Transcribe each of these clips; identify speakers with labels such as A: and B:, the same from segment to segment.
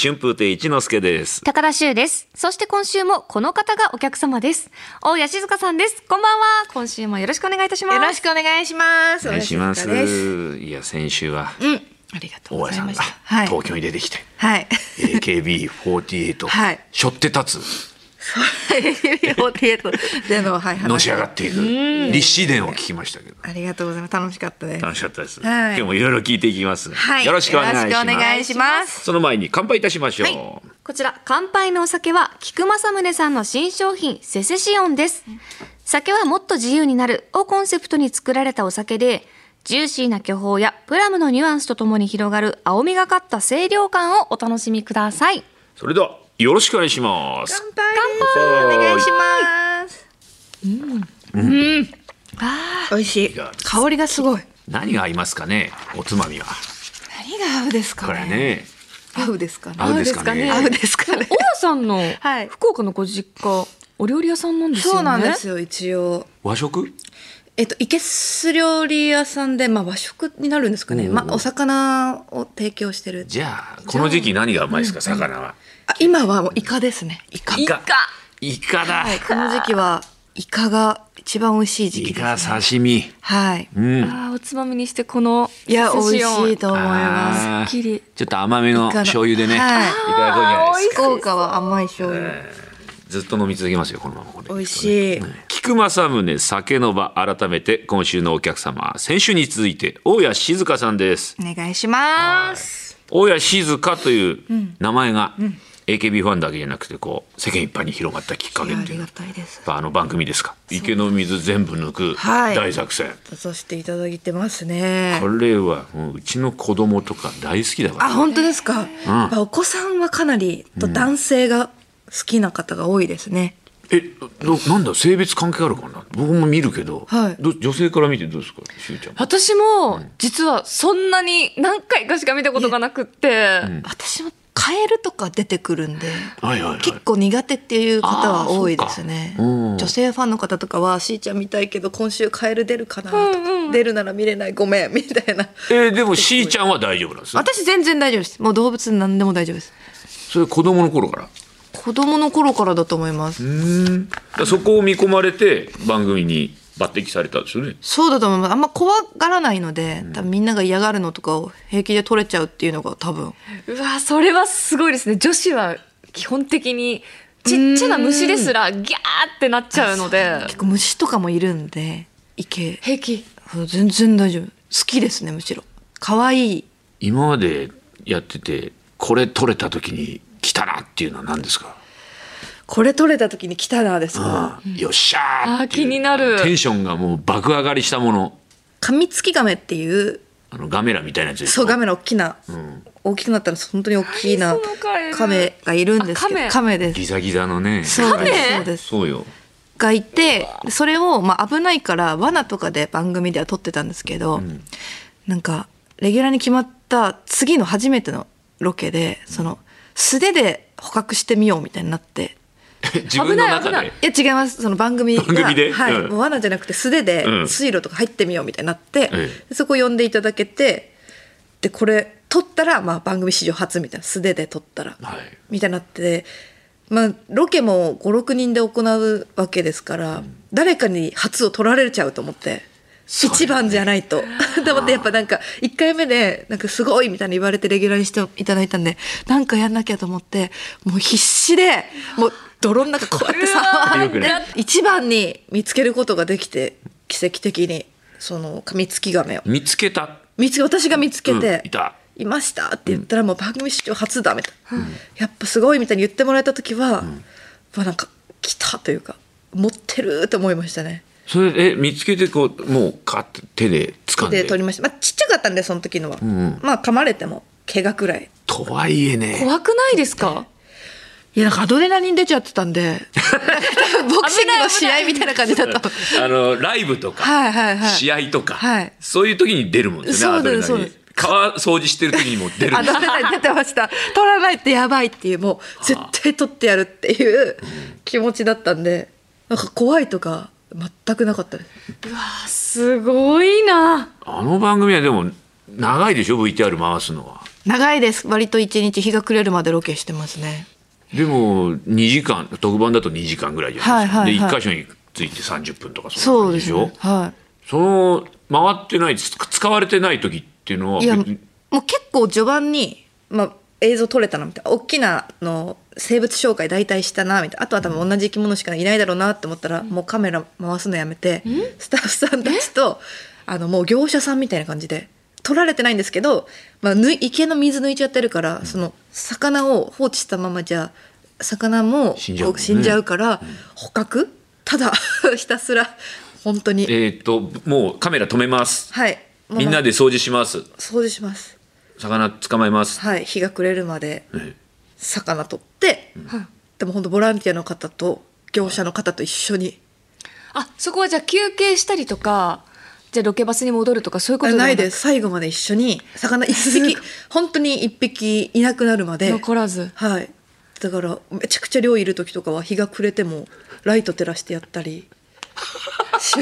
A: 春風亭一之輔です。
B: 高田修です。そして今週もこの方がお客様です。大谷静香さんです。こんばんは。今週もよろしくお願いいたします。
C: よろしくお願いします。
A: お願いします。
C: お願いしま
A: いや、先週は、
C: すうん、ありがとう
A: 大
C: ご
A: 家
C: ざ
A: さ
C: い
A: ん
C: まし
A: が
C: た。はい。
A: 東京に出てきて、
C: はい。
A: AKB48、
C: はい
A: 背負って立つ、
C: 48での、はい、話
A: のし上がっていく、立志伝を聞きましたけど。
C: ありがとうございます。楽しかったです。
A: 楽しかったです。
C: はい
A: 今日もいろいろ聞いていきます。
C: はい。
A: よろしくお願いしま
C: よろくお願い
A: す。
C: します。
A: その前に乾杯いたしましょう。
B: こちら、乾杯のお酒は、菊正宗さんの新商品、セセシオンです。酒はもっと自由になるをコンセプトに作られたお酒で、ジューシーな巨峰やプラムのニュアンスとともに広がる青みがかった清涼感をお楽しみください。
A: それでは、よろしくお願いします。
C: 乾杯。お願いします。うん。美味しい。香りがすごい。
A: 何が合いますかね、おつまみは。
C: 何が合うです
A: こ
C: か
A: れ
C: ね。
A: ね、
C: 合うですかね。
A: 合うですかね
C: 合うですかね。
B: 大家さんの
C: はい
B: 福岡のご実家、お料理屋さんなんですよね。
C: そうなんですよ、一応。
A: 和食
C: えっと、いけす料理屋さんで、まあ、和食になるんですかね、まあ、お魚を提供してる
A: じゃあ、この時期何がうまいですか、魚は。
C: あ今はもうイカですねイカ
A: イカイカだ。
C: はい、この時期はイカが一番美味しい時期
A: イ
C: で
A: カ
C: す、ね、
A: 刺身。
C: はい
A: うん。
B: あーおつまみにしてこの
C: いや美味しいと思います
A: あー
B: すっきり
A: ちょっと甘めの
C: イカの
A: 醤油でね、
C: は
A: い、た
C: い
A: だくんじゃないですか。
C: 福岡は甘い醤油、
A: ずっと飲み続けますよ、このままこれ。
C: 美味しい、
A: 菊正宗酒の場改めて今週のお客様先週に続いて大谷静香さんです
C: お願いします
A: 大谷静香という名前が AKB ファンだけじゃなくてこう世間一般に広まったきっか
C: い
A: け
C: や
A: っ
C: あ
A: ていう
C: り
A: の
C: が
A: は
C: たいです
A: やっぱあの番組ですか池の水全部抜く
C: はい
A: 大作戦、
C: 出させていただいてますね
A: これはもううちの子供とか大好きだわ
C: あ本当ですか、やっぱお子さんはかなりと男性が好きな方が多いですね、
A: えどなんだ性別関係あるかな僕も見るけど,、
C: はい
A: ど女性から見てどうですかしゅうちゃん
B: 私も実はそんなに何回かしか見たことがなくって、
C: 私もカエルとか出てくるんで
A: はいはいはい
C: 結構苦手っていう方は多いですね、
A: あーそうかうん
C: 女性ファンの方とかは「しーちゃん見たいけど今週カエル出るかな」とか、出るなら見れないごめん」みたいな
A: えーでもしーちゃんは大丈夫なんですね
C: 私全然大丈夫ですもう動物何でも大丈夫です
A: それ子供の頃から
C: 子供の頃からだと思います、
A: だからそこを見込まれて番組に抜擢されたんですよね。
C: そうだと思いますあんま怖がらないので、多分みんなが嫌がるのとかを平気で取れちゃうっていうのが多分
B: うわそれはすごいですね女子は基本的にちっちゃな虫ですらギャーってなっちゃうので
C: 結構虫とかもいるんで池
B: 平気
C: 全然大丈夫好きですねむしろ可愛い
A: 今までやっててこれ取れた時に来たなっていうのは何ですか。
C: これ取れた時に来たなですか
A: うんよっしゃーっていう
B: あー気になる
A: テンションがもう爆上がりしたもの
C: カミツキガメっていう
A: あのガメラみたいなやつです
C: そうガメ
A: ラ
C: ラ大きな、大きくなったら本当に大きな
B: 何そのカエル
C: カメがいるんですけど
B: あカメ
C: カメで
A: ギ
C: す
A: ザギザのね
C: そう
B: メ
C: ですそうです
A: そうよ
C: がいてそれを、まあ、危ないから罠とかで番組では撮ってたんですけど、なんかレギュラーに決まった次の初めてのロケでその素手で捕獲してみようみたいになって
A: 自分の中
B: 危ない
A: で
C: いや違いますその番組が
A: 番組で
C: はい
A: うん
C: もう罠じゃなくて素手で
A: うん
C: 水路とか入ってみようみたいになって、
A: え
C: でそこ呼んでいただけてでこれ撮ったら、まあ、番組史上初みたいな素手で撮ったら、
A: はい
C: みたいになって、まあ、ロケも56人で行うわけですから、誰かに初を取られちゃうと思って。
A: そうだね
C: 一番じゃない と。だってやっぱなんか、一回目で、なんかすごいみたいに言われてレギュラーにしていただいたんで、なんかやんなきゃと思って、もう必死で、もう泥の中こうやって触
A: よく
C: って
A: ね、
C: 一番に見つけることができて、奇跡的に、その、カミツキガメを。
A: 見つけた
C: 見つけ、私が見つけて、
A: うんいた
C: いましたって言ったら、もう番組史上初だ、みたいな、やっぱすごいみたいに言ってもらえた時は、まあなんか、来たというか、持ってると思いましたね。
A: それえ見つけてこうもうかって手で掴んで
C: で取りました。まあ、ちっちゃかったんで、その時のは。
A: ん
C: まあ、噛まれても、怪我くらい。
A: とはいえね
B: 怖くないですか
C: いや、なんかアドレナリン出ちゃってたんで、 ボクシングの試合みたいな感じだと。
A: あのライブとか、
C: はいはいはい。
A: 試合とか、
C: はい
A: そういう時に出るもんですよね
C: そうです
A: アドレナリン
C: そう
A: 川掃除してる時にも出る
C: あ、出てない、出てました。取らないってやばいっていう、もう、絶対取ってやるっていう気持ちだったんで、なんか怖いとか、全くなかったです。
B: すごいな
A: あの番組はでも長いでしょ VTR 回すのは
C: 長いです割と一日日が暮れるまでロケしてますね
A: でも2時間特番だと2時間ぐらいじゃないですか、
C: はいはいはい
A: で1箇所について30分とかそ
C: そ
A: んな感じ
C: うで
A: でし
C: す
A: ょ
C: ねはい
A: その回ってないつ使われてない時っていうのはい
C: やも
A: 別に
C: う結構序盤に、まあ、映像撮れたなみたいな大きなの生物紹介大体したなみたいなあとは多分同じ生き物しかいないだろうなって思ったら、もうカメラ回すのやめて、スタッフさんたちとあのもう業者さんみたいな感じで撮られてないんですけど、まあ、ぬ池の水抜いちゃってるから、その魚を放置したままじゃ魚も
A: 死んじゃうもんね
C: 死んじゃうから、捕獲ただ ひたすら本当に、
A: えーっともうカメラ止めます
C: はいもう
A: みんなで掃除します
C: 掃除します
A: 魚捕まえます、
C: はい日が暮れるまで
A: え
C: 魚取って、でも本当ボランティアの方と業者の方と一緒に
B: あそこはじゃあ休憩したりとかじゃあロケバスに戻るとかそういうこと
C: ないですす最後まで一緒に魚一匹本当に一匹いなくなるまで
B: 残らず
C: はいだからめちゃくちゃ量いる時とかは日が暮れてもライト照らしてやったりし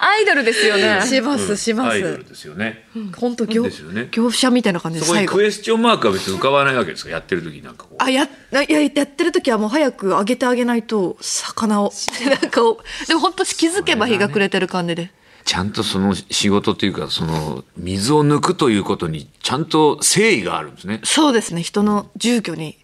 B: アイドルですよ ね
C: しま
A: う
C: す
A: ん
C: しま
A: ア
C: す
A: イドルですよね、
C: 本当業,、
A: ですよね
C: 業者みたいな感じで
A: そこに
C: 最後
A: クエスチョンマークは別に浮かばないわけですかやってる時になんかこう
C: あややややってる時はもう早くあげてあげないと魚をなんかをでも本当気づけば日が暮れてる感じで。
A: ちゃんとその仕事というかその水を抜くということにちゃんと誠意があるんですね
C: そうですね人の住居に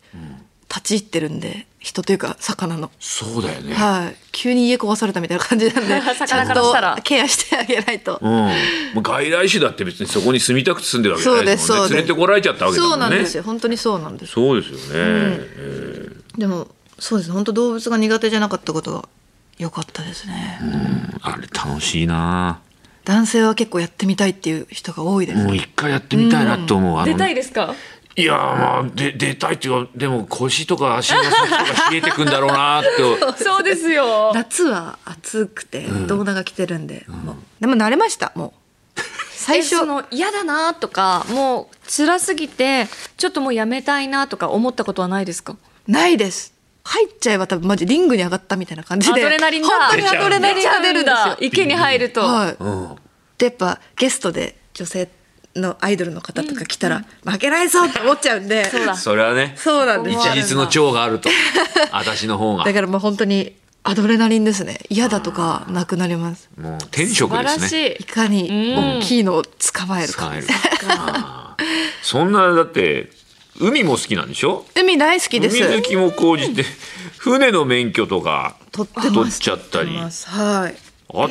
C: 立ち入ってるんで人というか魚の、
A: そうだよね、
C: はい急に家壊されたみたいな感じな んで
B: 魚
C: ちゃん
B: からしたら
C: とケアしてあげないと、
A: うん、もう外来種だって別にそこに住みたくて住んでるわけじゃ
C: そ
A: な
C: う
A: いで
C: です
A: すもん
C: そ
A: ね
C: うです
A: 連れてこられちゃったわけだも
C: そ
A: ん
C: う
A: ね
C: なんですよ本当にそうなんです
A: そうですよね、えー
C: でもそうです本当動物が苦手じゃなかったことが良かったですね、
A: あれ楽しいな
C: 男性は結構やってみたいっていう人が多いです、
A: もう一回やってみたいなと思う、あの
B: 出たいですか
A: いやーまあで出たいっていうかでも腰とか足の先とか冷えてくんだろうなーって
B: そうですよ
C: 夏は暑くて胴長着てるんで、もうでも慣れましたも う
B: 最
C: 最
B: 初
C: 初
B: その嫌だなとかもう辛すぎてちょっともうやめたいなとか思ったことはないですか
C: ないです入っちゃえば多分マジリングに上がったみたいな感じ
B: ア
C: で
B: ドレナリンだ
C: 本当にアドレナリンが出るんですよ
B: 池に入ると、
C: はい、
A: うん
C: でやっぱゲストで女性のアイドルの方とか来たら、負けないぞって思っちゃうんで
B: そうだ
A: それはね
C: そうなんです
A: 一日の長があると私の方が
C: だからもう本当にアドレナリンですね嫌だとかなくなります
A: もう天
B: 素
A: 職
B: 晴
A: で
B: ら
A: す
B: し
A: ね
B: い
C: いかに大きいのを捕まえるか、
A: 使えるあーそんなだって海も好きなんでしょ
C: 海大好きで
A: 海
C: す
A: 好きも高じて船の免許とか
C: 取って
A: 取
C: ま
A: っ
C: す
A: ちゃったりあ
C: ますはい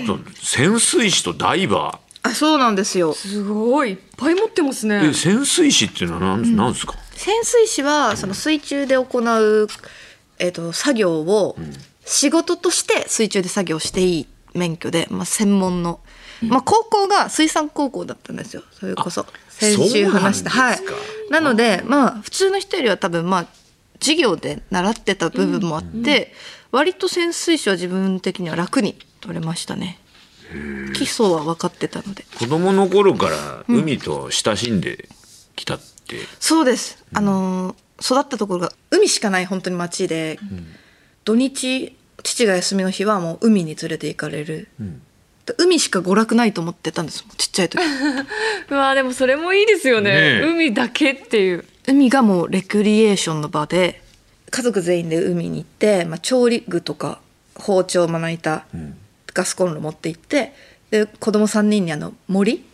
A: と潜水士とダイバ
C: あそうなんですよ
B: すごいいっぱい持ってます
A: ーえ
B: ね
A: 潜水士っていうのは何,、ん、なんですか
C: 潜水士はその水中で行う、えっと作業を仕事として水中で作業していい免許で、まあ、専門の、まあ、高校が水産高校だったんですよそれこそ先週話した
A: そうなんで
C: はい
A: すか
C: なのでまあ普通の人よりは多分まあ授業で習ってた部分もあって、割と潜水士は自分的には楽に取れましたね基礎は分かってたので
A: 子供の頃から海と親しんできたって、
C: そうです。あのー育ったところが海しかない本当に町で、土日父が休みの日はもう海に連れて行かれる。で海しか娯楽ないと思ってたんですもんちっちゃい時
B: うわでもそれもいいですよ
A: ね
B: ね
A: え
B: 海だけっていう
C: 海がもうレクリエーションの場で家族全員で海に行って、まあ、調理具とか包丁まな板、
A: ん
C: ガスコンロ持って行ってで子供3人にあの森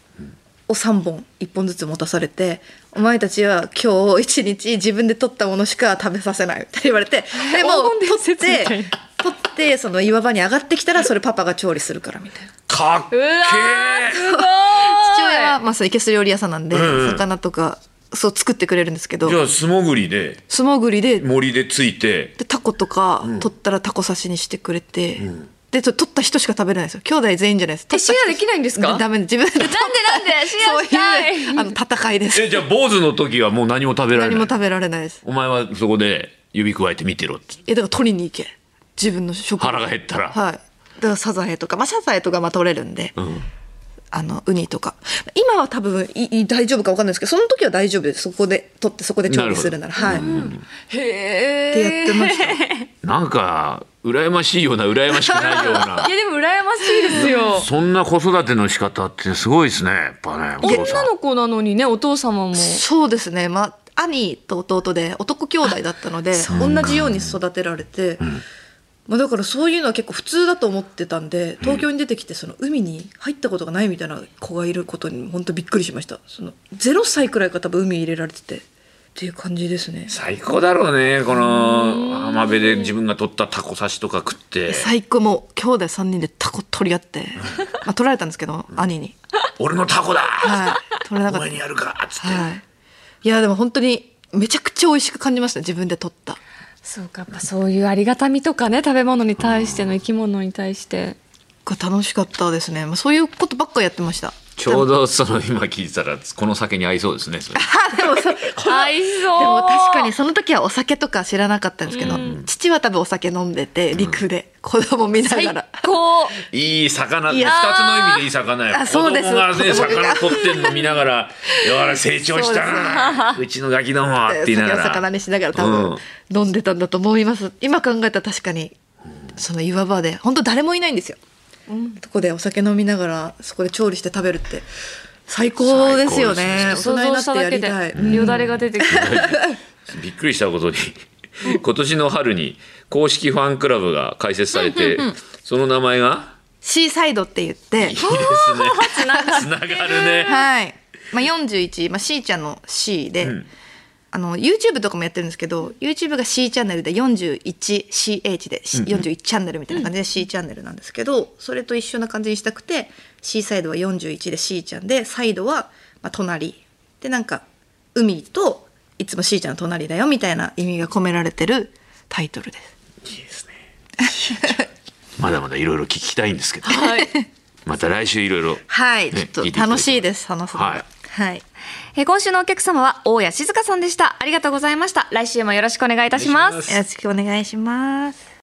C: を3本1本ずつ持たされて「お前たちは今日一日自分で取ったものしか食べさせない」って言われ てでも
B: 黄金伝
C: 取っ
B: 説み
C: て
B: たい
C: 取ってその岩場に上がってきたらそれパパが調理するからみたいな。
A: かっけ
B: うわー
A: ー
B: すごい
C: 父親は、まあ、そういけす料理屋さんなんで、
A: うんうん
C: 魚とかそう作ってくれるんですけど
A: じゃあ素潜りで
C: 素潜りで
A: 森でついて
C: でタコとか取ったらタコ刺しにしてくれて、でと取った人しか食べれないんですよ兄弟全員じゃないです
B: えシェアできないんですか
C: ダメ自分でなんで
B: なんでなんでシェアしたい
C: そういうあの戦いです
A: えじゃあ坊主の時はもう何も食べられ
C: 何も
A: ない
C: 食べられないです
A: お前はそこで指くわえて見てろって
C: えだから取りに行け自分の食
A: 腹が減ったら、
C: はいだからサザエとかまあサザエとかまあ取れるんで、
A: うん
C: あのウニとか今は多分いい大丈夫か分かんないですけどその時は大丈夫ですそこで取ってそこで調理するならはい
A: うん
B: へ
C: ってやってました
A: なんか羨ましいような羨ましくないよう な
D: いやでも羨ましいですよ
A: そんな子育ての仕方ってすごいですねやっぱねお父さ
D: 女
A: ん
D: の子なのにねお父様も
C: そうですね、まあ、兄と弟で男兄弟だったので
D: そ
C: 同じように育てられて、まあ、だからそういうのは結構普通だと思ってたんで東京に出てきてその海に入ったことがないみたいな子がいることに本当びっくりしましたその0歳くらいから多分海に入れられててっていう感じですね
A: 最高だろうねこの浜辺で自分が取ったタコ刺しとか食って
C: 最高もう兄弟3人でタコ取り合って、まあ、取られたんですけど兄に、
A: 「俺のタコだ!」
C: はい、取れなか
A: お
C: った
A: 前にやるか!」っつって、
C: はい、いやでも本当にめちゃくちゃ美味しく感じました自分で取った
D: そうかやっぱそういうありがたみとかね食べ物に対しての生き物に対して
C: が楽しかったですね、まあ、そういうことばっかやってました
A: ちょうどその今聞いてたらこの酒に合いそうですねそれ
C: あでも そう
D: 合いそう
C: でも確かにその時はお酒とか知らなかったんですけど、
D: うん
C: 父は多分お酒飲んでて陸で子供見な
D: 最
C: がら、
D: 高
A: いい魚
C: い
A: 二つ
C: や
A: の
C: ー
A: 意味でいい魚や
C: あそうで
A: 子
C: す
A: 供がね
C: 子供
A: 魚
C: が
A: 取ってんの見ながら「いや成長したなうちのガキども」って言いなが
C: 酒を魚
A: ら
C: にしながら多分、
A: うん
C: 飲んでたんだと思います今考えたら確かにその岩場で本当誰もいないんですよ、そこでお酒飲みながらそこで調理して食べるって最高ですよね
D: 想
C: 大
D: 像
C: 人になっ
D: した
C: てや
D: だけ
C: り
D: で
C: たい、
D: よだれが出てくる
A: びっくりしたことに今年の春に公式ファンクラブが開設されてその名前が
C: シーサイドって言
A: い
C: って
A: いですねつながるね
C: はい、まあ、41、まあ、C ちゃんの C で、
A: ん
C: あの YouTube とかもやってるんですけど YouTube が C チャンネルで 41CH でし41チャンネルみたいな感じで C チャンネルなんですけどそれと一緒な感じにしたくて C サイドは41で C ちゃんでサイドはまあ隣でなんか海といつも C ちゃんの隣だよみたいな意味が込められてるタイトルです。
A: まだまだいろいろ聞きたいんですけど
D: はい
A: また来週いろいろ
C: はい、
A: ね聞
C: ちょっ
A: いて
C: と
A: きた
C: 楽しいです話すのが。
A: はい
C: はい
B: えー今週のお客様は大谷静香さんでしたありがとうございました来週もよろしくお願いいたします
C: よろしくお願いします。